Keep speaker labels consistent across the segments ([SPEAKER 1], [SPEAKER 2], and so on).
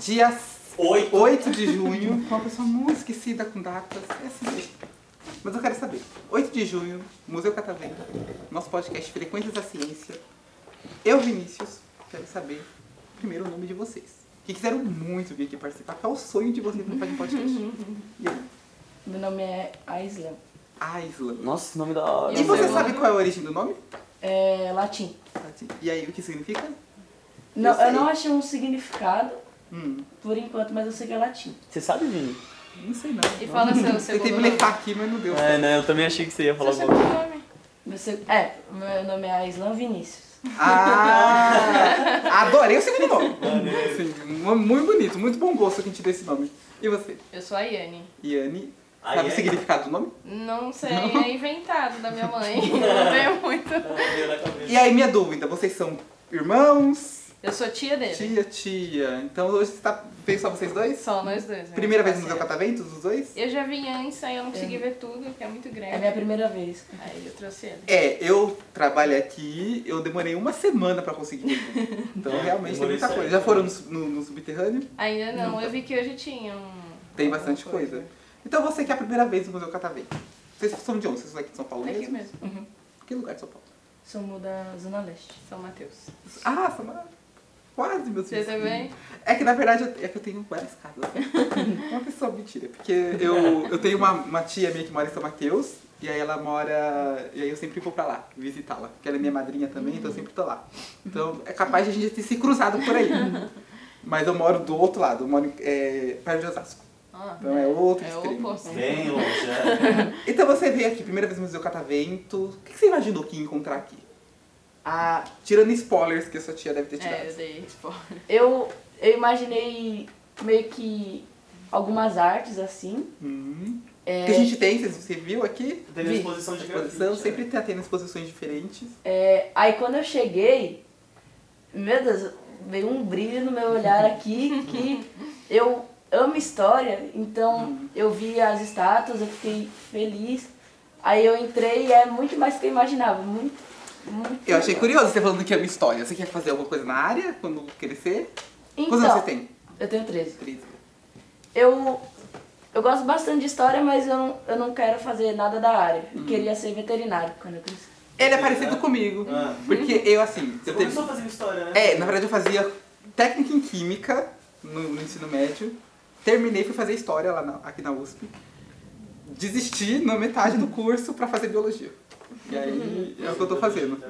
[SPEAKER 1] Dia
[SPEAKER 2] Oi,
[SPEAKER 1] 8 de junho, uma pessoa muito esquecida com datas, é assim mesmo. Mas eu quero saber, 8 de junho, Museu Catavento, nosso podcast Frequências da Ciência. Eu, Vinícius, quero saber primeiro o nome de vocês. Que quiseram muito vir aqui participar, que é o sonho de vocês não fazem podcast. E aí?
[SPEAKER 3] Meu nome é Aisla.
[SPEAKER 1] Aisla.
[SPEAKER 2] Nossa, esse nome da hora.
[SPEAKER 1] E
[SPEAKER 3] Eu
[SPEAKER 1] você
[SPEAKER 3] sei.
[SPEAKER 1] sabe qual é a origem do nome?
[SPEAKER 3] É latim.
[SPEAKER 1] E aí, o que significa?
[SPEAKER 3] Não,
[SPEAKER 1] sei.
[SPEAKER 3] eu não achei um significado
[SPEAKER 1] Hum,
[SPEAKER 3] por enquanto, mas eu sei que é latim.
[SPEAKER 2] Você sabe, Vini?
[SPEAKER 1] não sei não.
[SPEAKER 4] E fala assim, seu
[SPEAKER 1] Tentei
[SPEAKER 4] segundo nome.
[SPEAKER 1] blefar aqui, mas não deu.
[SPEAKER 2] É, né? Eu também achei que você ia falar
[SPEAKER 4] Seu
[SPEAKER 2] alguma
[SPEAKER 4] segundo
[SPEAKER 2] coisa.
[SPEAKER 4] é nome.
[SPEAKER 3] Meu seg- É, meu nome é Aislan Vinícius.
[SPEAKER 1] Ah! Adorei o segundo nome. Sim, mu- muito bonito, muito bom gosto que a gente deu esse nome. E você?
[SPEAKER 4] Eu sou a Yane.
[SPEAKER 1] Iane,
[SPEAKER 2] Aí,
[SPEAKER 1] sabe o
[SPEAKER 2] aí.
[SPEAKER 1] significado do nome?
[SPEAKER 4] Não sei, é inventado da minha mãe. Não tenho muito.
[SPEAKER 2] Veio na cabeça.
[SPEAKER 1] E aí, minha dúvida, vocês são irmãos?
[SPEAKER 4] Eu sou tia dele.
[SPEAKER 1] Tia, tia. Então hoje está veio só vocês dois?
[SPEAKER 4] Só nós dois. né?
[SPEAKER 1] Primeira vez no Museu
[SPEAKER 4] Parceiro.
[SPEAKER 1] Cataventos, os dois?
[SPEAKER 4] Eu já vim antes, aí eu não consegui ver tudo, porque é muito grande.
[SPEAKER 3] É minha primeira vez.
[SPEAKER 4] Aí eu trouxe ele.
[SPEAKER 1] É, eu trabalho aqui, eu demorei uma semana pra conseguir. Então realmente tem
[SPEAKER 2] Demorei
[SPEAKER 1] muita
[SPEAKER 2] isso
[SPEAKER 1] coisa.
[SPEAKER 2] aí.
[SPEAKER 1] Já foram no, sub- no- no subterrâneo?
[SPEAKER 4] Ainda não, eu vi que hoje tinha um.
[SPEAKER 1] Tem
[SPEAKER 4] alguma
[SPEAKER 1] bastante coisa. Então você que é a primeira vez no Museu Cataventos. Vocês são de onde? Vocês são aqui de São Paulo
[SPEAKER 4] Tá Aqui
[SPEAKER 1] mesmo?
[SPEAKER 4] mesmo.
[SPEAKER 1] Que lugar de São Paulo?
[SPEAKER 3] Somos da Zona Leste.
[SPEAKER 4] São Mateus.
[SPEAKER 1] Ah, Samara. Quase, meus
[SPEAKER 4] Você
[SPEAKER 1] filhos.
[SPEAKER 4] também?
[SPEAKER 1] É que na verdade eu, é que eu tenho várias casas. uma pessoa mentira. Porque eu, eu tenho uma, uma tia minha que mora em São Mateus. E aí ela mora. E aí eu sempre vou pra lá visitá-la. Porque ela é minha madrinha também, então eu sempre tô lá. Então é capaz de a gente ter se cruzado por aí. Mas eu moro do outro lado, eu moro em- é, perto de Osasco.
[SPEAKER 4] Ah,
[SPEAKER 1] Então é outro
[SPEAKER 4] é o
[SPEAKER 1] extremo.
[SPEAKER 4] oposto.
[SPEAKER 2] Bem longe, né?
[SPEAKER 1] Então você veio aqui, primeira vez no Museu Catavento. O que, que você imaginou que ia encontrar aqui? Ah, tirando spoilers que a sua tia deve ter te dado.
[SPEAKER 4] É, eu dei spoiler.
[SPEAKER 3] Eu, eu imaginei meio que algumas artes assim.
[SPEAKER 1] Hum.
[SPEAKER 3] É,
[SPEAKER 1] Que a gente tem, vocês- você viu aqui?
[SPEAKER 2] Teve uma
[SPEAKER 3] Vi.
[SPEAKER 2] exposição de grafite.
[SPEAKER 1] Exposição, sempre
[SPEAKER 2] né?
[SPEAKER 1] tá tendo exposições diferentes.
[SPEAKER 3] é, aí quando eu cheguei, meu Deus, veio um brilho no meu olhar aqui que eu amo história, então eu vi as estátuas, eu fiquei feliz. Aí eu entrei e é muito mais do que eu imaginava, muito, muito.
[SPEAKER 1] Eu achei
[SPEAKER 3] legal.
[SPEAKER 1] curioso você falando que é uma história. Você quer fazer alguma coisa na área quando crescer?
[SPEAKER 3] Então,
[SPEAKER 1] Quantos anos você tem?
[SPEAKER 3] Eu tenho 13.
[SPEAKER 1] 13.
[SPEAKER 3] Eu, eu gosto bastante de história, mas eu não, eu não quero fazer nada da área.
[SPEAKER 1] Uhum.
[SPEAKER 3] Eu queria ser veterinário quando eu cresci.
[SPEAKER 1] Ele é parecido comigo.
[SPEAKER 2] Uhum. Ah.
[SPEAKER 1] Porque eu, assim...
[SPEAKER 2] Você
[SPEAKER 1] eu tenho-
[SPEAKER 2] começou fazendo história, né?
[SPEAKER 1] É, na verdade eu fazia técnica em química no, no ensino médio. Terminei, fui fazer história lá na- aqui na USP. Desisti na metade do curso pra fazer biologia. E aí é o que eu tô fazendo.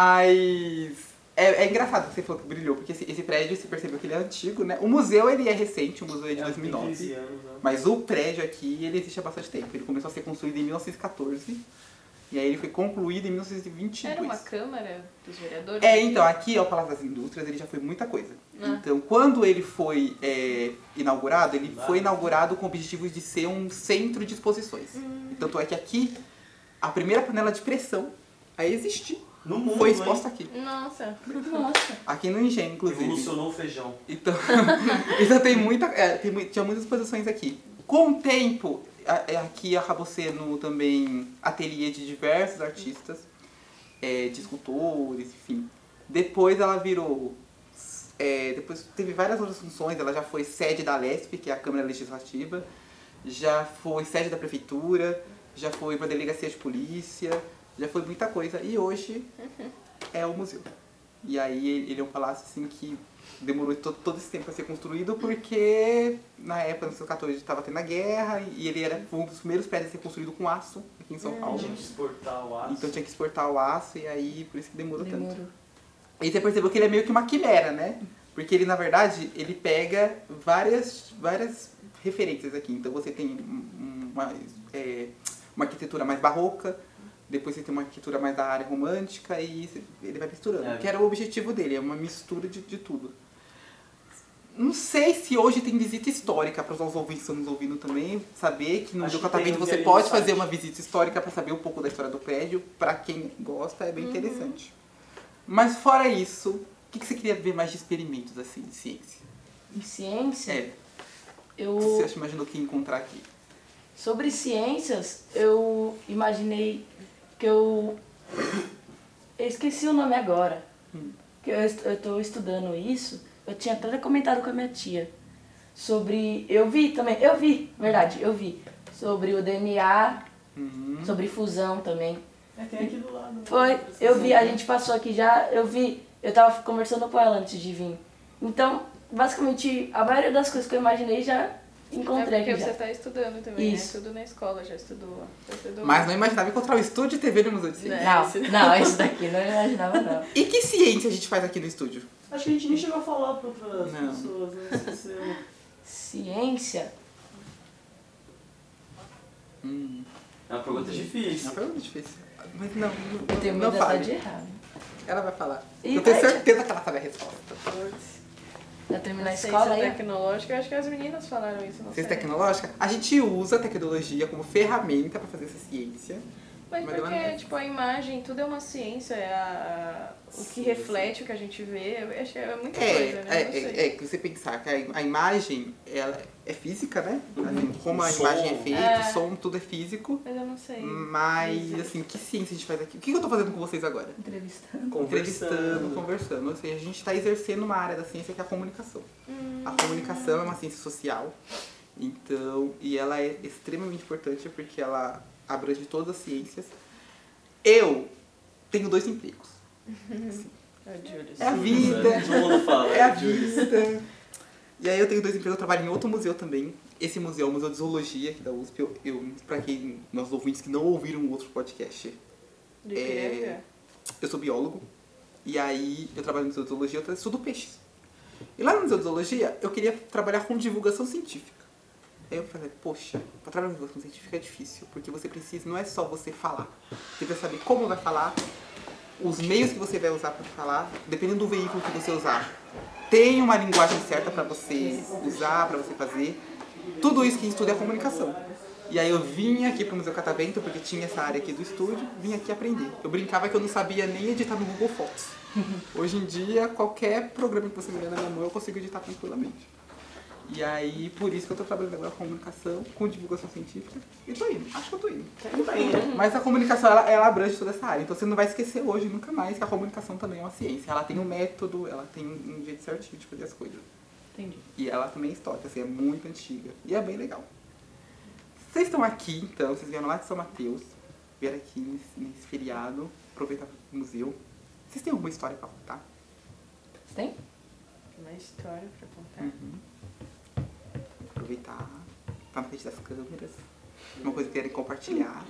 [SPEAKER 1] Mas é, é engraçado que você falou que brilhou, porque esse, esse prédio você percebeu que ele é antigo, né? O museu ele é recente, o museu é de
[SPEAKER 2] É, 15
[SPEAKER 1] 2009.
[SPEAKER 2] anos, né?
[SPEAKER 1] Mas o prédio aqui, ele existe há bastante tempo. Ele começou a ser construído em 1914. E aí ele foi concluído em 1922.
[SPEAKER 4] Era uma Câmara dos Vereadores?
[SPEAKER 1] Tipo É, então, aqui é o Palácio das Indústrias, ele já foi muita coisa.
[SPEAKER 4] Ah.
[SPEAKER 1] Então, quando ele foi é, inaugurado, ele
[SPEAKER 2] Ah.
[SPEAKER 1] foi inaugurado com o objetivo de ser um centro de exposições.
[SPEAKER 4] Hum.
[SPEAKER 1] Tanto é que aqui, a primeira panela de pressão a existir
[SPEAKER 2] No mundo,
[SPEAKER 1] foi
[SPEAKER 2] hein?
[SPEAKER 1] exposta aqui.
[SPEAKER 4] Nossa.
[SPEAKER 1] Uhum.
[SPEAKER 3] Nossa.
[SPEAKER 1] Aqui no Engenho, inclusive.
[SPEAKER 2] Revolucionou o feijão.
[SPEAKER 1] Então, então tem muita, é, tem, mui- tinha muitas exposições aqui. Com o tempo, a- é, aqui acabou sendo também ateliê de diversos artistas, é, de escultores, enfim. Depois ela virou. é, depois teve várias outras funções, ela já foi sede da LESP, que é a Câmara Legislativa, já foi sede da Prefeitura, já foi uma delegacia de polícia, já foi muita coisa. E hoje é o museu. E aí ele é um palácio assim que demorou to- todo esse tempo para ser construído porque na época, no século 14 estava tendo a guerra e ele era um dos primeiros prédios a ser construído com aço aqui em São Paulo.
[SPEAKER 2] Tinha que exportar o aço.
[SPEAKER 1] É. Então tinha que exportar o aço e aí por isso que demorou, tanto.
[SPEAKER 3] Demorou.
[SPEAKER 1] E você percebeu que ele é meio que uma quimera, né? Porque ele, na verdade, ele pega várias, várias referências aqui. Então você tem um- uma, é, uma arquitetura mais barroca, depois você tem uma arquitetura mais da área romântica e você- ele vai misturando.
[SPEAKER 2] É.
[SPEAKER 1] Que era o objetivo dele, é uma mistura de, de tudo. Não sei se hoje tem visita histórica para os ouvintes que estão nos ouvindo também saber que no
[SPEAKER 2] Acho
[SPEAKER 1] Museu
[SPEAKER 2] que
[SPEAKER 1] Catavento
[SPEAKER 2] tem um
[SPEAKER 1] você
[SPEAKER 2] ali no
[SPEAKER 1] pode
[SPEAKER 2] site.
[SPEAKER 1] fazer uma visita histórica para saber um pouco da história do prédio. Para quem gosta é bem
[SPEAKER 3] Uhum.
[SPEAKER 1] interessante. Mas fora isso, o que, que você queria ver mais de experimentos assim de ciência?
[SPEAKER 3] Em ciência,
[SPEAKER 1] É, o que
[SPEAKER 3] eu,
[SPEAKER 1] você acha- imaginou que ia encontrar aqui?
[SPEAKER 3] Sobre ciências, eu imaginei que eu. Eu esqueci o nome agora. Que eu, est- eu tô estudando isso. Eu tinha até comentado com a minha tia. Sobre. Eu vi também. Eu vi, verdade, eu vi. Sobre o DNA,
[SPEAKER 1] Uhum.
[SPEAKER 3] sobre fusão também.
[SPEAKER 2] É, tem aqui do lado. né?
[SPEAKER 3] Foi, eu vi, a gente passou aqui já, eu vi, eu tava conversando com ela antes de vir. Então, basicamente, a maioria das coisas que eu imaginei já encontrei
[SPEAKER 4] é porque
[SPEAKER 3] aqui
[SPEAKER 4] você
[SPEAKER 3] já.
[SPEAKER 4] tá estudando também,
[SPEAKER 3] Isso.
[SPEAKER 4] né? Tudo na escola, já estudou. Já estudou.
[SPEAKER 1] Mas não imaginava encontrar o estúdio de TV no Museu de Ciência.
[SPEAKER 4] Né?
[SPEAKER 3] Não, não, isso daqui não imaginava não.
[SPEAKER 1] E que ciência a gente faz aqui no estúdio?
[SPEAKER 2] Acho que a gente nem chegou a falar pra outras
[SPEAKER 1] Não.
[SPEAKER 2] pessoas, né? Esqueceu.
[SPEAKER 3] Ciência?
[SPEAKER 1] Hum,
[SPEAKER 2] É uma pergunta
[SPEAKER 1] é uma
[SPEAKER 2] difícil.
[SPEAKER 1] pergunta difícil. Mas não, não,
[SPEAKER 3] Eu tenho
[SPEAKER 1] não
[SPEAKER 3] medo até
[SPEAKER 1] fale.
[SPEAKER 3] de errar. né?
[SPEAKER 1] Ela vai falar.
[SPEAKER 3] Ih,
[SPEAKER 1] eu tenho
[SPEAKER 3] vai, tia.
[SPEAKER 1] certeza que ela sabe a resposta.
[SPEAKER 3] Já terminar a
[SPEAKER 4] Ciência
[SPEAKER 3] escola aí?
[SPEAKER 4] tecnológica, eu acho que as meninas falaram isso. Não sei.
[SPEAKER 1] Ciência tecnológica, a gente usa a tecnologia como ferramenta pra fazer essa ciência.
[SPEAKER 4] Mas
[SPEAKER 1] Mas eu
[SPEAKER 4] porque,
[SPEAKER 1] lamento.
[SPEAKER 4] tipo, a imagem, tudo é uma ciência, é a, o que
[SPEAKER 1] Sim,
[SPEAKER 4] reflete o que a gente vê, eu acho que é muita
[SPEAKER 1] É,
[SPEAKER 4] coisa, né?
[SPEAKER 1] é,
[SPEAKER 4] Eu não sei.
[SPEAKER 1] é, é que você pensar que a, a imagem ela é física, né? Assim, como a
[SPEAKER 2] O som.
[SPEAKER 1] imagem é feita,
[SPEAKER 4] Uhum. É.
[SPEAKER 1] o som, tudo é físico.
[SPEAKER 4] Mas eu não sei.
[SPEAKER 1] Hum, Mas, assim, que ciência a gente faz aqui? O que eu tô fazendo com vocês agora?
[SPEAKER 3] Entrevistando.
[SPEAKER 1] Entrevistando, conversando. Ou seja, a gente tá exercendo uma área da ciência que é a comunicação.
[SPEAKER 4] Hum,
[SPEAKER 1] A comunicação é uma ciência social, então, e ela é extremamente importante porque ela abrange todas as ciências. Eu tenho dois empregos.
[SPEAKER 4] é o Julius.
[SPEAKER 1] É a vida.
[SPEAKER 2] Todo mundo fala.
[SPEAKER 1] É a
[SPEAKER 2] Julius.
[SPEAKER 1] vida. E aí eu tenho dois empregos, eu trabalho em outro museu também. Esse museu é o Museu de Zoologia aqui da USP. Eu, eu para quem nossos ouvintes que não ouviram o outro podcast,
[SPEAKER 4] Do
[SPEAKER 1] é-
[SPEAKER 4] Ipiranga.
[SPEAKER 1] eu sou biólogo. E aí eu trabalho no Museu de Zoologia, eu estudo peixes. E lá no Museu de Zoologia, eu queria trabalhar com divulgação científica. Aí eu falei, poxa, pra trabalhar com divulgação científica é difícil, porque você precisa, não é só você falar. Você precisa saber como vai falar, os meios que você vai usar para falar, dependendo do veículo que você usar. Tem uma linguagem certa para você usar, para você fazer. Tudo isso que estuda é comunicação. E aí eu vim aqui pro Museu Catavento, porque tinha essa área aqui do estúdio, vim aqui aprender. Eu brincava que eu não sabia nem editar no Google Fotos. Hoje em dia, qualquer programa que você me der na minha mão, eu consigo editar tranquilamente. E aí, por isso que eu tô trabalhando agora com comunicação, com divulgação científica, e tô indo. Acho que eu tô indo. Não tá indo, né? Mas a comunicação, ela, ela abrange toda essa área. Então você não vai esquecer hoje, nunca mais, que a comunicação também é uma ciência. Ela tem um método, ela tem um jeito certinho de fazer as coisas.
[SPEAKER 3] Entendi.
[SPEAKER 1] E ela também é histórica, assim, é muito antiga. E é bem legal. Vocês estão aqui, então, vocês vieram lá de São Mateus, vieram aqui nesse, nesse feriado, aproveitar o museu. Vocês têm alguma história pra contar?
[SPEAKER 3] Você tem?
[SPEAKER 4] Uma história pra contar.
[SPEAKER 1] Uhum. Aproveitar, tá na frente das câmeras, uma coisa que querem compartilhar.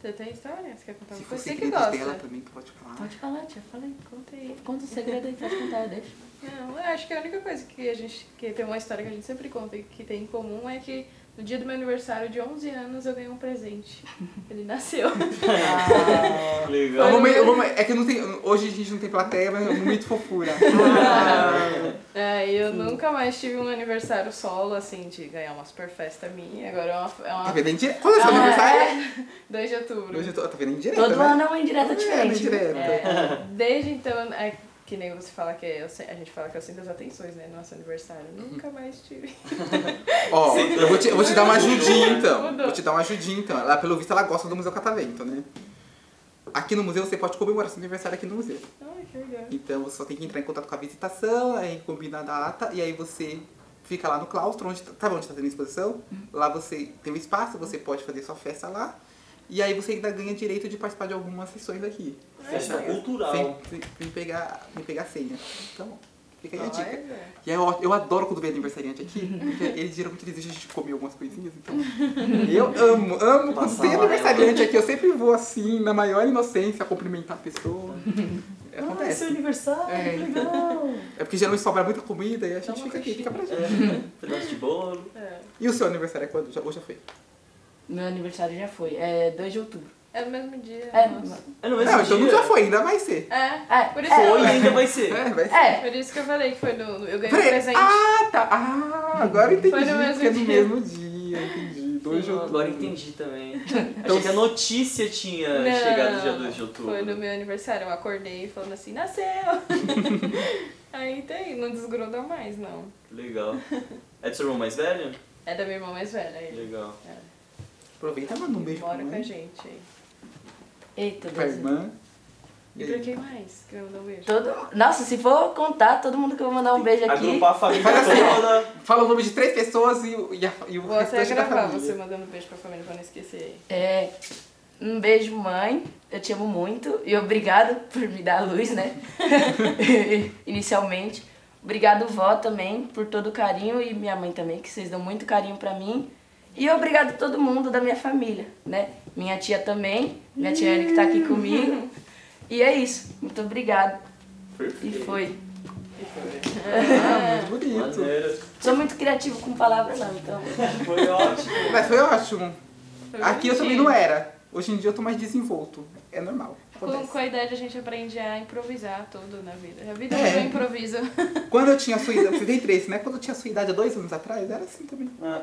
[SPEAKER 4] Você tem história? Você quer contar
[SPEAKER 1] Se for
[SPEAKER 4] uma coisa? Você que
[SPEAKER 1] segredos
[SPEAKER 4] gosta.
[SPEAKER 1] dela também, que eu vou te falar.
[SPEAKER 3] Pode falar, tia, falei.
[SPEAKER 4] Conta aí.
[SPEAKER 3] Conta o segredo aí, pode contar, eu deixo.
[SPEAKER 4] Não, eu acho que a única coisa que a gente. que tem uma história que a gente sempre conta e que tem em comum é que no dia do meu aniversário de 11 anos eu ganhei um presente. Ele nasceu.
[SPEAKER 1] É um
[SPEAKER 2] Legal.
[SPEAKER 1] momento- é um momento- é que não tem, hoje a gente não tem plateia, mas é um momento fofura.
[SPEAKER 2] Ah.
[SPEAKER 4] É, e eu nunca mais tive um aniversário solo, assim, de ganhar uma super festa minha. Agora é uma. É
[SPEAKER 1] Tá
[SPEAKER 4] uma
[SPEAKER 1] vendo? Indi- Quando é seu aniversário?
[SPEAKER 4] 2 de outubro. É,
[SPEAKER 1] Hoje eu tô, tá vendo? Indireto,
[SPEAKER 3] Todo
[SPEAKER 1] né?
[SPEAKER 3] ano é uma indireta diferente.
[SPEAKER 1] Indireta.
[SPEAKER 4] Desde então, é que nem você fala que eu se- a gente fala que eu sinto as atenções, né? no Nosso aniversário. Nunca mais tive.
[SPEAKER 1] Ó, eu vou te, eu vou te dar uma ajudinha então.
[SPEAKER 4] Mudou.
[SPEAKER 1] Vou te dar uma ajudinha então. Ela, pelo visto, ela gosta do Museu Catavento, né? Aqui no museu você pode comemorar seu aniversário aqui no museu.
[SPEAKER 4] Ai, que legal.
[SPEAKER 1] Então você só tem que entrar em contato com a visitação, aí combina a data e aí você fica lá no claustro, onde tá, sabe onde tá tendo a exposição? Lá você tem um espaço, você pode fazer sua festa lá. E aí você ainda ganha direito de participar de algumas sessões aqui.
[SPEAKER 2] Festa cultural.
[SPEAKER 1] Sem, sem, sem pegar, sem pegar senha. Então, fica aí a dica.
[SPEAKER 4] Olha.
[SPEAKER 1] E é eu, eu adoro quando vem aniversariante aqui, porque eles geralmente eles deixam a gente comer algumas coisinhas, então. Eu amo, amo quando
[SPEAKER 2] Passar
[SPEAKER 1] tem
[SPEAKER 2] lá,
[SPEAKER 1] aniversariante aqui, eu sempre vou assim, na maior inocência, cumprimentar a pessoa.
[SPEAKER 2] Ah, seu
[SPEAKER 1] Acontece.
[SPEAKER 2] aniversário,
[SPEAKER 1] É.
[SPEAKER 2] que legal.
[SPEAKER 1] É porque geralmente sobra muita comida e a gente
[SPEAKER 4] uma
[SPEAKER 1] fica aqui, fica
[SPEAKER 4] coxinha.
[SPEAKER 1] pra gente.
[SPEAKER 2] É, pedaço de bolo.
[SPEAKER 4] É.
[SPEAKER 1] E o seu aniversário é quando? Já, ou já foi?
[SPEAKER 3] Meu aniversário já foi, é 2 de outubro.
[SPEAKER 4] É no mesmo dia.
[SPEAKER 3] É,
[SPEAKER 4] nossa.
[SPEAKER 2] É, no mesmo
[SPEAKER 4] um
[SPEAKER 1] Não, então
[SPEAKER 2] dia.
[SPEAKER 1] não já foi, ainda vai ser.
[SPEAKER 4] É.
[SPEAKER 3] é,
[SPEAKER 4] Por isso,
[SPEAKER 3] é,
[SPEAKER 2] Foi e ainda vai ser.
[SPEAKER 1] É, vai ser.
[SPEAKER 3] É,
[SPEAKER 4] por isso que eu falei que foi no. Eu ganhei um
[SPEAKER 1] Peraí,
[SPEAKER 4] presente.
[SPEAKER 1] Ah, tá. Ah, agora eu entendi.
[SPEAKER 4] Foi no mesmo
[SPEAKER 1] que é no
[SPEAKER 4] dia.
[SPEAKER 1] mesmo dia, entendi. 2 de
[SPEAKER 2] Sim,
[SPEAKER 1] outubro. Então
[SPEAKER 2] Agora entendi também. Achei que a notícia tinha
[SPEAKER 4] Não,
[SPEAKER 2] É, chegado dia 2 de outubro.
[SPEAKER 4] Foi no meu aniversário, eu acordei falando assim, nasceu! Aí tem, não desgruda mais, não.
[SPEAKER 2] Legal. É do seu irmão mais velho?
[SPEAKER 4] É da minha irmã mais velha ele.
[SPEAKER 2] Legal.
[SPEAKER 1] Aproveita e manda um beijo pra
[SPEAKER 4] Bora com a
[SPEAKER 1] mãe,
[SPEAKER 4] gente aí.
[SPEAKER 3] É. Eita,
[SPEAKER 1] pra
[SPEAKER 3] Brasil.
[SPEAKER 1] irmã.
[SPEAKER 4] E pra quem mais que mandou um beijo?
[SPEAKER 3] Todo... Nossa, se for contar todo mundo que eu vou mandar um beijo aqui.
[SPEAKER 2] Agrupar a família
[SPEAKER 1] assim,
[SPEAKER 2] toda.
[SPEAKER 1] Fala o nome de três pessoas e, o- e, a, e o
[SPEAKER 4] Vou até
[SPEAKER 1] restante da
[SPEAKER 4] gravar
[SPEAKER 1] família.
[SPEAKER 4] você mandando beijo pra família pra não esquecer aí.
[SPEAKER 3] É, um beijo, mãe. Eu te amo muito. E obrigado por me dar a luz, né? Inicialmente. Obrigado, vó, também, por todo o carinho. E minha mãe também, que vocês dão muito carinho pra mim. E obrigado a todo mundo da minha família, né? Minha tia também. Minha tia Anne, que tá aqui comigo. E é isso. Muito obrigado. E
[SPEAKER 2] Perfeito.
[SPEAKER 3] foi.
[SPEAKER 1] Ah, muito bonito.
[SPEAKER 2] Maneiro.
[SPEAKER 3] Sou muito criativo com palavras, não, então.
[SPEAKER 2] Foi ótimo.
[SPEAKER 1] Mas foi ótimo.
[SPEAKER 4] Foi
[SPEAKER 1] Aqui eu também
[SPEAKER 4] bonitinho.
[SPEAKER 1] não
[SPEAKER 4] Tá
[SPEAKER 1] é. era. Hoje em dia eu tô mais desenvolto. É normal.
[SPEAKER 4] Com,
[SPEAKER 1] Acontece.
[SPEAKER 4] com a idade a gente aprende a improvisar tudo na vida. A vida
[SPEAKER 1] É.
[SPEAKER 4] é um improviso.
[SPEAKER 1] Quando eu tinha a sua idade, você tem três, né? Quando eu tinha a sua idade há dois anos atrás, era assim também.
[SPEAKER 2] Ah,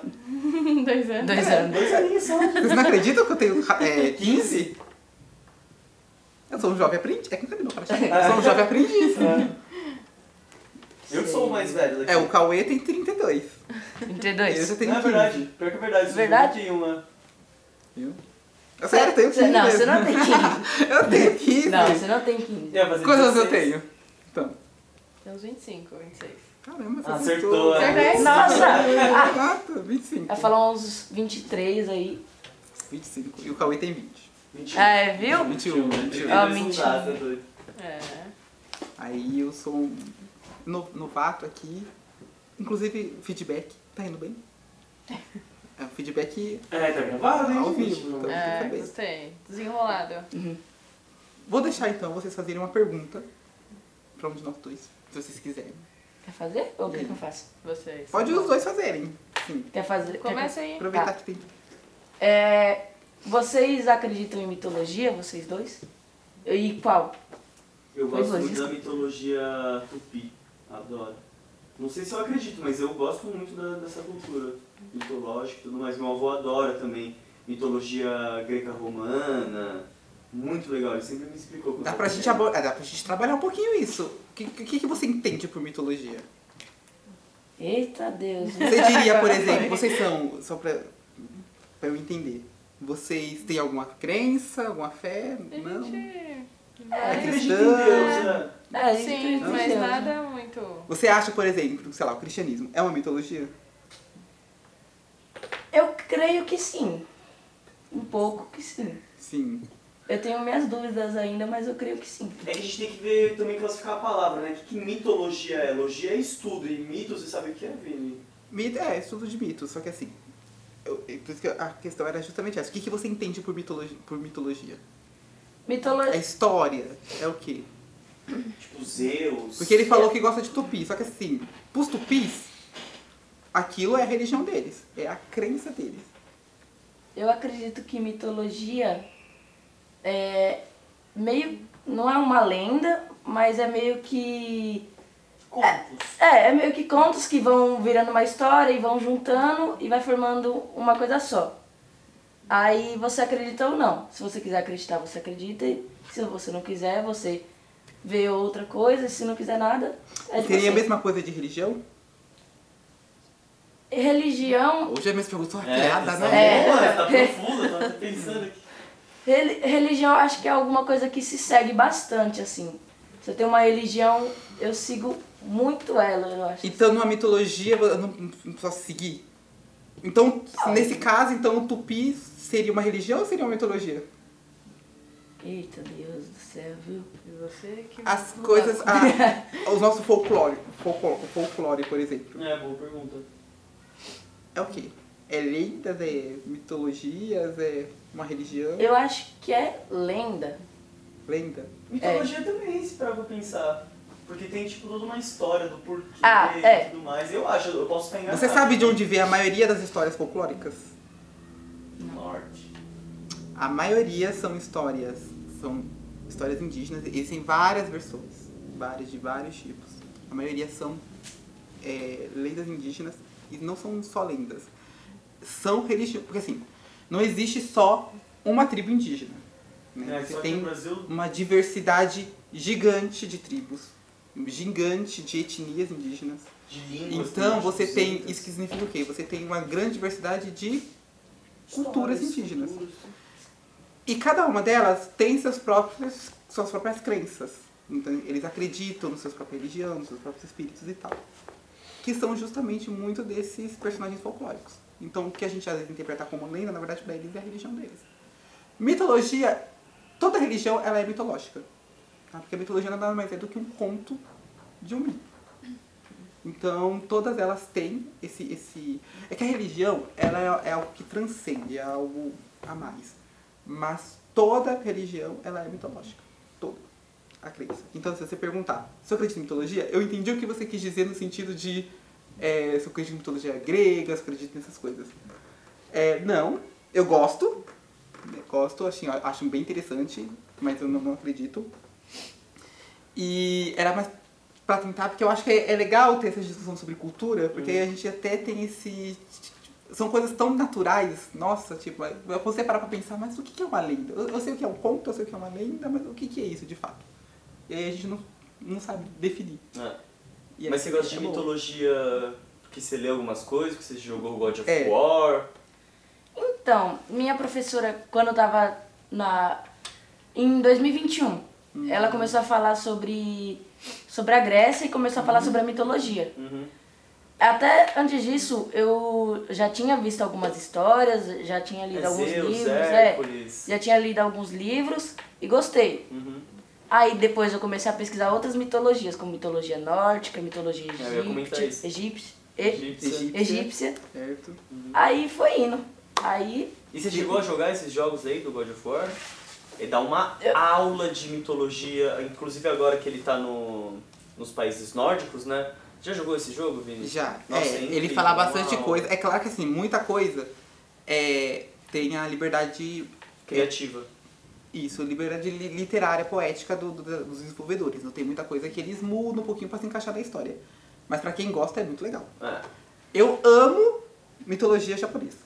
[SPEAKER 4] Dois anos.
[SPEAKER 3] Dois anos.
[SPEAKER 2] Dois aninhos só.
[SPEAKER 1] Vocês não acreditam que eu tenho é, 15? Eu sou um jovem aprendiz. É que cadê meu crachá? Eu sou um jovem aprendiz.
[SPEAKER 2] Ah. Eu que sou o mais velho daqui.
[SPEAKER 1] É, o Cauê tem 32. Eu
[SPEAKER 3] 32.
[SPEAKER 1] já tenho
[SPEAKER 2] Não é
[SPEAKER 1] 15.
[SPEAKER 2] verdade. Pior que é verdade.
[SPEAKER 3] Verdade?
[SPEAKER 2] Tem uma.
[SPEAKER 1] Viu? Eu sério, eu tenho 15
[SPEAKER 3] Não,
[SPEAKER 1] mesmo.
[SPEAKER 3] você não tem 15.
[SPEAKER 1] Eu tenho 15.
[SPEAKER 3] Não, você não tem 15.
[SPEAKER 1] Quantos anos eu tenho? Então,
[SPEAKER 4] Tem uns 25, 26.
[SPEAKER 1] caramba, você
[SPEAKER 2] Acertou.
[SPEAKER 1] acertou.
[SPEAKER 2] né?
[SPEAKER 4] Acertei.
[SPEAKER 3] Nossa!
[SPEAKER 1] Exato, 25.
[SPEAKER 3] Ela falou uns 23 aí.
[SPEAKER 1] 25. E o Cauê tem 20.
[SPEAKER 2] Mentira.
[SPEAKER 3] Ah, é, viu?
[SPEAKER 1] 21, 21.
[SPEAKER 3] Ah,
[SPEAKER 2] né? Dois não
[SPEAKER 3] mentira.
[SPEAKER 2] dá, tá doido.
[SPEAKER 4] É.
[SPEAKER 1] Aí eu sou um no- novato aqui. Inclusive, feedback. Tá indo bem? É um feedback
[SPEAKER 2] É, tá gravado, hein?
[SPEAKER 1] Ao
[SPEAKER 2] gente?
[SPEAKER 1] vivo, então.
[SPEAKER 4] É,
[SPEAKER 1] Parabéns.
[SPEAKER 4] gostei. Desenrolado.
[SPEAKER 1] Vou deixar então vocês fazerem uma pergunta pra um de nós dois, se vocês quiserem.
[SPEAKER 3] Quer fazer? Ou o que, que eu faço?
[SPEAKER 4] Vocês.
[SPEAKER 1] Pode os dois fazerem. Sim.
[SPEAKER 3] Quer fazer?
[SPEAKER 4] Começa aí.
[SPEAKER 1] Aproveitar
[SPEAKER 3] Tá.
[SPEAKER 1] que tem.
[SPEAKER 3] Quer... É, vocês acreditam em mitologia, vocês dois? E qual?
[SPEAKER 2] Eu
[SPEAKER 3] Pois
[SPEAKER 2] gosto
[SPEAKER 3] é,
[SPEAKER 2] muito
[SPEAKER 3] isso.
[SPEAKER 2] da mitologia tupi. Adoro. Não sei se eu acredito, mas eu gosto muito da- dessa cultura mitológica e tudo mais. Meu avô adora também mitologia greca-romana. Muito legal, ele sempre me explicou. quando
[SPEAKER 1] Dá
[SPEAKER 2] eu
[SPEAKER 1] pra,
[SPEAKER 2] era
[SPEAKER 1] gente abo- ah, dá pra gente trabalhar um pouquinho isso. O que, que, que você entende por mitologia?
[SPEAKER 3] Eita Deus.
[SPEAKER 1] Você diria, por exemplo, vocês são, só pra, pra eu entender, vocês têm alguma crença, alguma fé?
[SPEAKER 4] A
[SPEAKER 1] Não?
[SPEAKER 4] gente.
[SPEAKER 2] Eu
[SPEAKER 4] Vai.
[SPEAKER 2] Acredito em
[SPEAKER 1] Cristã.
[SPEAKER 2] Deus, é.
[SPEAKER 3] É, isso
[SPEAKER 4] Sim,
[SPEAKER 3] que eu
[SPEAKER 4] mas
[SPEAKER 3] sei,
[SPEAKER 4] nada muito.
[SPEAKER 1] Você acha, por exemplo, sei lá, o cristianismo é uma mitologia?
[SPEAKER 3] Eu creio que sim. Um pouco que sim.
[SPEAKER 1] Sim.
[SPEAKER 3] Eu tenho minhas dúvidas ainda, mas eu creio que sim.
[SPEAKER 2] É que a gente tem que ver também classificar a palavra, né? O que, que mitologia é? Logia é estudo, e mito você sabe o que é, Vini?
[SPEAKER 1] Mito, é, estudo de mitos, só que assim. eu- eu- por isso que a questão era justamente essa. O que, que você entende por mitologia? Por mitologia? É
[SPEAKER 3] Mitologia.
[SPEAKER 1] história? É o quê?
[SPEAKER 2] Tipo, Zeus.
[SPEAKER 1] Porque ele falou que gosta de tupi, só que assim, pros tupis, aquilo é a religião deles, é a crença deles.
[SPEAKER 3] Eu acredito que mitologia é meio. Não é uma lenda, mas é meio que.
[SPEAKER 2] Contos.
[SPEAKER 3] É, é meio que contos que vão virando uma história e vão juntando e vai formando uma coisa só. Aí você acredita ou não. Se você quiser acreditar, você acredita. E se você não quiser, você vê outra coisa. E se não quiser nada, é de
[SPEAKER 1] Seria a
[SPEAKER 3] você.
[SPEAKER 1] mesma coisa de religião?
[SPEAKER 3] Religião,
[SPEAKER 1] Hoje é a mesma pergunta, só
[SPEAKER 2] tá
[SPEAKER 1] hackeada, né?
[SPEAKER 3] É.
[SPEAKER 2] boa, tá profunda, tava até pensando aqui.
[SPEAKER 3] Reli- Religião, acho que é alguma coisa que se segue bastante, assim. Se eu tenho uma religião, eu sigo muito ela, eu acho.
[SPEAKER 1] Então numa mitologia eu não, não posso seguir. Então, nesse caso, então o tupi seria uma religião ou seria uma mitologia?
[SPEAKER 3] Eita, Deus do céu, viu?
[SPEAKER 4] E você que.
[SPEAKER 1] As coisas. a- o nosso folclore, folclore, folclore, por exemplo.
[SPEAKER 2] É, boa pergunta.
[SPEAKER 1] É o quê? É lendas, é mitologias, é uma religião?
[SPEAKER 3] Eu acho que é lenda.
[SPEAKER 1] Lenda?
[SPEAKER 3] É.
[SPEAKER 2] Mitologia também, se parar pra pensar. Porque tem, tipo, toda uma história do porquê
[SPEAKER 3] Ah, é.
[SPEAKER 2] e tudo mais. Eu acho, eu posso estar enganado.
[SPEAKER 1] Você sabe de onde vem a maioria das histórias folclóricas?
[SPEAKER 2] Norte.
[SPEAKER 1] A maioria são histórias, são histórias indígenas, e existem várias versões, várias de vários tipos. A maioria são é, lendas indígenas e não são só lendas. São religiões, porque assim, não existe só uma tribo indígena. Né?
[SPEAKER 2] É,
[SPEAKER 1] Você
[SPEAKER 2] só que
[SPEAKER 1] tem
[SPEAKER 2] o Brasil...
[SPEAKER 1] uma diversidade gigante de tribos, gigante de etnias indígenas.
[SPEAKER 2] De línguas,
[SPEAKER 1] Então
[SPEAKER 2] tem
[SPEAKER 1] você tem.
[SPEAKER 2] muitas.
[SPEAKER 1] Isso que significa o quê? Você tem uma grande diversidade de culturas indígenas.
[SPEAKER 2] culturas.
[SPEAKER 1] E cada uma delas tem seus próprios, suas próprias crenças. Então, eles acreditam nos seus próprios religiões, nos seus próprios espíritos e tal. Que são justamente muito desses personagens folclóricos. Então, o que a gente às vezes interpreta como lenda, na verdade, para eles é a religião deles. Mitologia, toda religião ela é mitológica. tá? Porque a mitologia nada mais é do que um conto de um mito. Então, todas elas têm esse. esse... É que a religião ela é, é algo que transcende, é algo a mais. Mas toda religião ela é mitológica. Toda. A crença. Então, se você perguntar, se eu acredito em mitologia, eu entendi o que você quis dizer no sentido de é, se eu acredito em mitologia grega, se eu acredito nessas coisas. É, não, eu gosto. né, Gosto, assim, ó, acho bem interessante, mas eu não, não acredito. E era mais pra tentar, porque eu acho que é, é legal ter essa discussão sobre cultura, porque aí a gente até tem esse. São coisas tão naturais, nossa, tipo, aí você parar pra pensar, mas o que que é uma lenda? Eu, eu sei o que é um conto, eu sei o que é uma lenda, mas o que que é isso de fato? E aí a gente não, não sabe definir.
[SPEAKER 2] Ah,
[SPEAKER 1] E
[SPEAKER 2] Mas você
[SPEAKER 1] aí
[SPEAKER 2] gosta de
[SPEAKER 1] é bom.
[SPEAKER 2] mitologia porque você lê algumas coisas, porque você jogou God of
[SPEAKER 1] É.
[SPEAKER 2] War.
[SPEAKER 3] Então, minha professora, quando eu tava na. em 2021,
[SPEAKER 2] Hum.
[SPEAKER 3] ela começou a falar sobre. sobre a Grécia e começou a falar sobre a mitologia.
[SPEAKER 2] Uhum.
[SPEAKER 3] Até antes disso, eu já tinha visto algumas histórias, já tinha lido
[SPEAKER 2] É
[SPEAKER 3] alguns
[SPEAKER 2] Zeus,
[SPEAKER 3] livros, é,
[SPEAKER 2] Hércules.
[SPEAKER 3] já tinha lido alguns livros e gostei.
[SPEAKER 2] Uhum.
[SPEAKER 3] Aí depois eu comecei a pesquisar outras mitologias, como mitologia nórdica, mitologia
[SPEAKER 2] É, Eu ia comentar isso.
[SPEAKER 3] egípcia, egípcia, e-
[SPEAKER 2] Egípcia.
[SPEAKER 3] egípcia.
[SPEAKER 1] Certo.
[SPEAKER 3] Aí foi indo. Aí
[SPEAKER 2] E você chegou a jogar esses jogos aí do God of War? E dá uma aula de mitologia, inclusive agora que ele tá no, nos países nórdicos, né? Já jogou esse jogo, Vini?
[SPEAKER 1] Já.
[SPEAKER 2] Nossa,
[SPEAKER 1] é,
[SPEAKER 2] é
[SPEAKER 1] ele
[SPEAKER 2] incrível,
[SPEAKER 1] fala
[SPEAKER 2] uma
[SPEAKER 1] bastante
[SPEAKER 2] aula.
[SPEAKER 1] coisa. É claro que assim, muita coisa é, tem a liberdade.
[SPEAKER 2] Criativa.
[SPEAKER 1] Isso, liberdade li- literária, poética do- do- dos desenvolvedores. Não tem muita coisa que eles mudam um pouquinho pra se encaixar na história. Mas pra quem gosta é muito legal.
[SPEAKER 2] É.
[SPEAKER 1] Eu amo mitologia japonesa.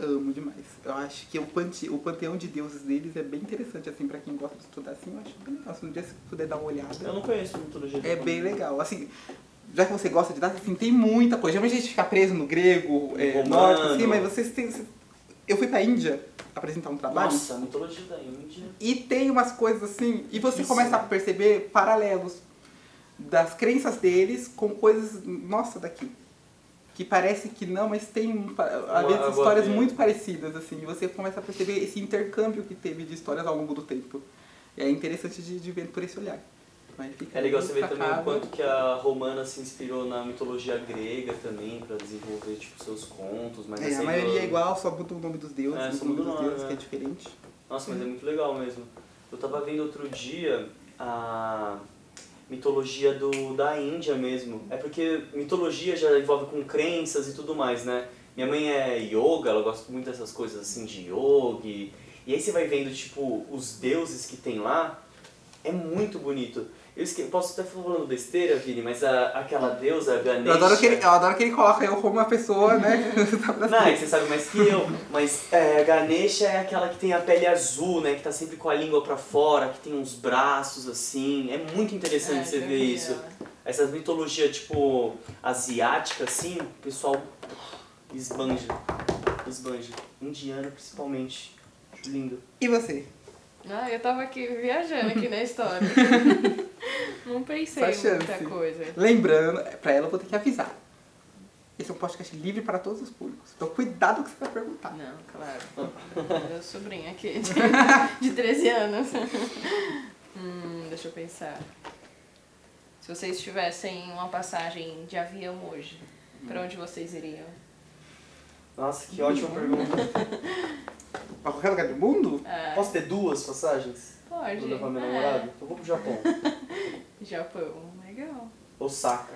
[SPEAKER 1] Amo demais. Eu acho que o, pante, o panteão de deuses deles é bem interessante, assim, pra quem gosta de estudar assim, eu acho bem legal. Se um dia você puder dar uma olhada.
[SPEAKER 2] Eu não conheço mitologia.
[SPEAKER 1] É bem
[SPEAKER 2] japonesa.
[SPEAKER 1] legal. Assim, já que você gosta de dança, assim, tem muita coisa. Geralmente a gente fica preso no grego, é,
[SPEAKER 2] Romano.
[SPEAKER 1] nórdico, assim, mas vocês têm. Eu fui pra Índia apresentar um trabalho.
[SPEAKER 2] Nossa, a mitologia é da Índia.
[SPEAKER 1] E tem umas coisas assim, e você
[SPEAKER 2] Isso.
[SPEAKER 1] começa a perceber paralelos das crenças deles com coisas, nossa, daqui. Que parece que não, mas tem, um pa- às
[SPEAKER 2] Uma
[SPEAKER 1] vezes,
[SPEAKER 2] água
[SPEAKER 1] histórias
[SPEAKER 2] verde.
[SPEAKER 1] muito parecidas, assim. E você começa a perceber esse intercâmbio que teve de histórias ao longo do tempo. É interessante de, de ver por esse olhar. Mas fica
[SPEAKER 2] É legal
[SPEAKER 1] aí
[SPEAKER 2] você ver
[SPEAKER 1] pra né?
[SPEAKER 2] também
[SPEAKER 1] cada-
[SPEAKER 2] o quanto que a romana se inspirou na mitologia grega também, pra desenvolver tipo, seus contos. Mas
[SPEAKER 1] É,
[SPEAKER 2] essa
[SPEAKER 1] a
[SPEAKER 2] aí
[SPEAKER 1] maioria
[SPEAKER 2] eu-
[SPEAKER 1] é igual, só muda o nome dos deuses,
[SPEAKER 2] assim, É,
[SPEAKER 1] muda o nome
[SPEAKER 2] só muda o
[SPEAKER 1] dos
[SPEAKER 2] nome,
[SPEAKER 1] deuses, que é
[SPEAKER 2] né?
[SPEAKER 1] diferente.
[SPEAKER 2] Nossa, mas é muito legal mesmo. Eu tava vendo outro dia a mitologia do, da Índia mesmo. É porque mitologia já envolve com crenças e tudo mais, né? Minha mãe é yoga, ela gosta muito dessas coisas assim de yoga. E aí você vai vendo, tipo, os deuses que tem lá. É muito bonito. Eu esque... posso até falar falando besteira, Vini, mas a, aquela deusa, a Ganesha...
[SPEAKER 1] Eu adoro, que ele, eu adoro que ele coloca eu como uma pessoa, né?
[SPEAKER 2] Não, é que você sabe mais que eu, mas é, a Ganesha é aquela que tem a pele azul, né? Que tá sempre com a língua pra fora, que tem uns braços assim. É muito interessante você ver
[SPEAKER 4] É,
[SPEAKER 2] isso. Essas mitologias, tipo, asiática, assim, o pessoal esbanja. Esbanja. Indiana, principalmente. Acho Lindo.
[SPEAKER 1] e você?
[SPEAKER 4] Ah, eu tava aqui viajando aqui na história. Não pensei
[SPEAKER 1] Só
[SPEAKER 4] em muita
[SPEAKER 1] chance.
[SPEAKER 4] coisa.
[SPEAKER 1] Lembrando, pra ela eu vou ter que avisar. Esse é um podcast livre para todos os públicos. Então cuidado com o que você vai perguntar.
[SPEAKER 4] Não, claro. Meu sobrinho aqui, de, de 13 anos. Hum, deixa eu pensar. Se vocês tivessem uma passagem de avião hoje, pra onde vocês iriam?
[SPEAKER 2] Nossa, que ótima pergunta.
[SPEAKER 1] Pra qualquer lugar do mundo?
[SPEAKER 4] Ah,
[SPEAKER 2] Posso ter duas passagens?
[SPEAKER 4] pode.
[SPEAKER 2] Vou levar meu
[SPEAKER 4] É,
[SPEAKER 2] namorado? Eu vou Então pro Japão.
[SPEAKER 4] Japão, legal.
[SPEAKER 2] Osaka.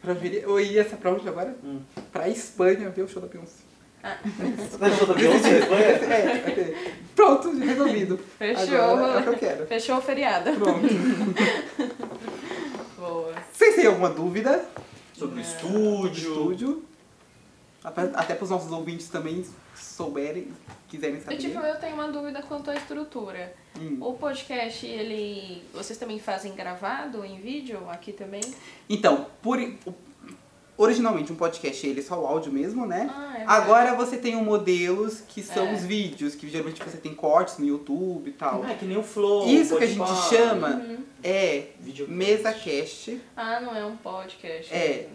[SPEAKER 1] Pra vir, eu ia essa pra onde agora?
[SPEAKER 2] Hum.
[SPEAKER 1] Pra Espanha ver o show da Beyoncé.
[SPEAKER 2] Deixa tá eu dar Beyoncé, Espanha?
[SPEAKER 1] É, é. Pronto, resolvido.
[SPEAKER 4] Fechou.
[SPEAKER 1] Agora é o que eu quero.
[SPEAKER 4] Fechou o feriado.
[SPEAKER 1] Pronto.
[SPEAKER 4] Boa.
[SPEAKER 1] Vocês têm alguma dúvida?
[SPEAKER 2] Sobre o
[SPEAKER 4] Não.
[SPEAKER 1] do
[SPEAKER 2] estúdio.
[SPEAKER 1] estúdio. Até, até pros nossos ouvintes também souberem, quiserem saber.
[SPEAKER 4] Eu, tive, tipo, eu tenho uma dúvida quanto à estrutura.
[SPEAKER 1] Hum.
[SPEAKER 4] O podcast, ele. Vocês também fazem gravado em vídeo aqui também?
[SPEAKER 1] Então, por, i- o, Originalmente um podcast ele é só o áudio mesmo, né?
[SPEAKER 4] Ah, é verdade.
[SPEAKER 1] Agora você tem um modelos que são
[SPEAKER 4] É.
[SPEAKER 1] os vídeos, que geralmente você tem cortes no YouTube e tal.
[SPEAKER 2] Ah, é que nem o Flow.
[SPEAKER 1] Isso que a
[SPEAKER 2] pode
[SPEAKER 1] gente
[SPEAKER 2] falar,
[SPEAKER 1] chama
[SPEAKER 4] Uhum.
[SPEAKER 1] é
[SPEAKER 2] videocast.
[SPEAKER 1] mesa-cast.
[SPEAKER 4] Ah, não é um podcast.
[SPEAKER 1] É.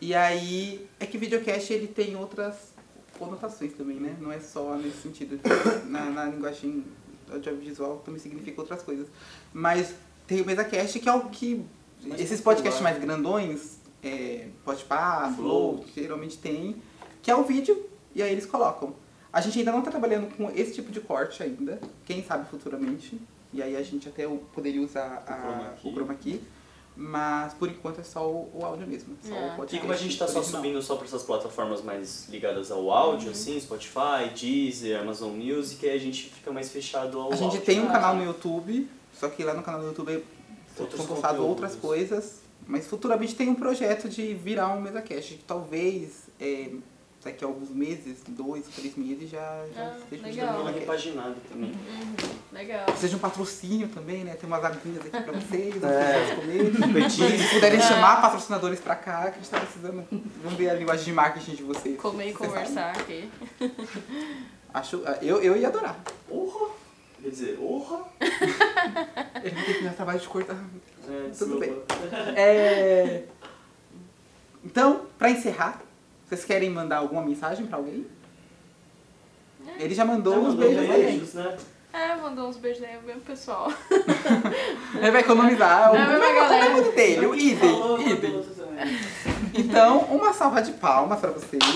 [SPEAKER 1] E aí é que videocast ele tem outras conotações também, né? Não é só nesse sentido de- na, na linguagem audiovisual também significa outras coisas. Mas tem o MesaCast que é o que
[SPEAKER 2] Mais
[SPEAKER 1] esses
[SPEAKER 2] popular. né?
[SPEAKER 1] podcasts mais grandões, é, Podpah,
[SPEAKER 2] Flow.
[SPEAKER 1] Flow, geralmente tem, que é o vídeo e aí eles colocam. A gente ainda não tá trabalhando com esse tipo de corte ainda, quem sabe futuramente. E aí a gente até o- poderia usar a-
[SPEAKER 2] O chroma key.
[SPEAKER 1] o chroma key. Mas por enquanto é só o, o áudio mesmo. Só
[SPEAKER 4] Ah.
[SPEAKER 1] o
[SPEAKER 2] E
[SPEAKER 1] podcast
[SPEAKER 2] como a gente tá só
[SPEAKER 1] original.
[SPEAKER 2] subindo só pra essas plataformas mais ligadas ao áudio, assim, Spotify, Deezer, Amazon Music, aí a gente fica mais fechado ao
[SPEAKER 1] A gente
[SPEAKER 2] áudio. né?
[SPEAKER 1] tem um canal no YouTube, só que lá no canal do YouTube são
[SPEAKER 2] Outros
[SPEAKER 1] postadas
[SPEAKER 2] conteúdos.
[SPEAKER 1] outras coisas. Mas futuramente tem um projeto de virar um MesaCast, que talvez é, daqui a alguns meses, dois, três meses, já, já
[SPEAKER 4] Ah,
[SPEAKER 1] esteja
[SPEAKER 4] legal.
[SPEAKER 1] virando um
[SPEAKER 2] Uma
[SPEAKER 1] MesaCast.
[SPEAKER 2] repaginada também.
[SPEAKER 4] Legal.
[SPEAKER 1] Precisa de um patrocínio também, né? Tem umas aguinhas aqui pra vocês, pra
[SPEAKER 2] É.
[SPEAKER 1] vocês comerem.
[SPEAKER 2] Petisco.
[SPEAKER 1] Se puderem
[SPEAKER 4] Ah.
[SPEAKER 1] chamar patrocinadores pra cá, que a gente tá precisando. Vamos ver a linguagem de marketing de vocês.
[SPEAKER 4] Comer e
[SPEAKER 1] Vocês sabem.
[SPEAKER 4] conversar aqui.
[SPEAKER 1] Acho, eu, eu ia adorar.
[SPEAKER 2] Porra! Quer dizer, porra!
[SPEAKER 1] Eu não tenho que dar trabalho de cortar.
[SPEAKER 2] É,
[SPEAKER 1] Tudo bem.
[SPEAKER 2] desculpa.
[SPEAKER 1] É... Então, pra encerrar, vocês querem mandar alguma mensagem pra alguém? Ele já mandou
[SPEAKER 2] Já
[SPEAKER 1] uns
[SPEAKER 2] mandou
[SPEAKER 1] beijos aí.
[SPEAKER 2] beijos, né?
[SPEAKER 4] É, mandou uns beijos aí mesmo pessoal.
[SPEAKER 1] Ele vai economizar. O
[SPEAKER 4] Não, mas
[SPEAKER 1] vai
[SPEAKER 4] galera.
[SPEAKER 1] economizar o dele, é o
[SPEAKER 2] Falou,
[SPEAKER 1] idem, idem.
[SPEAKER 2] mandou também.
[SPEAKER 1] Então, uma salva de palmas pra vocês.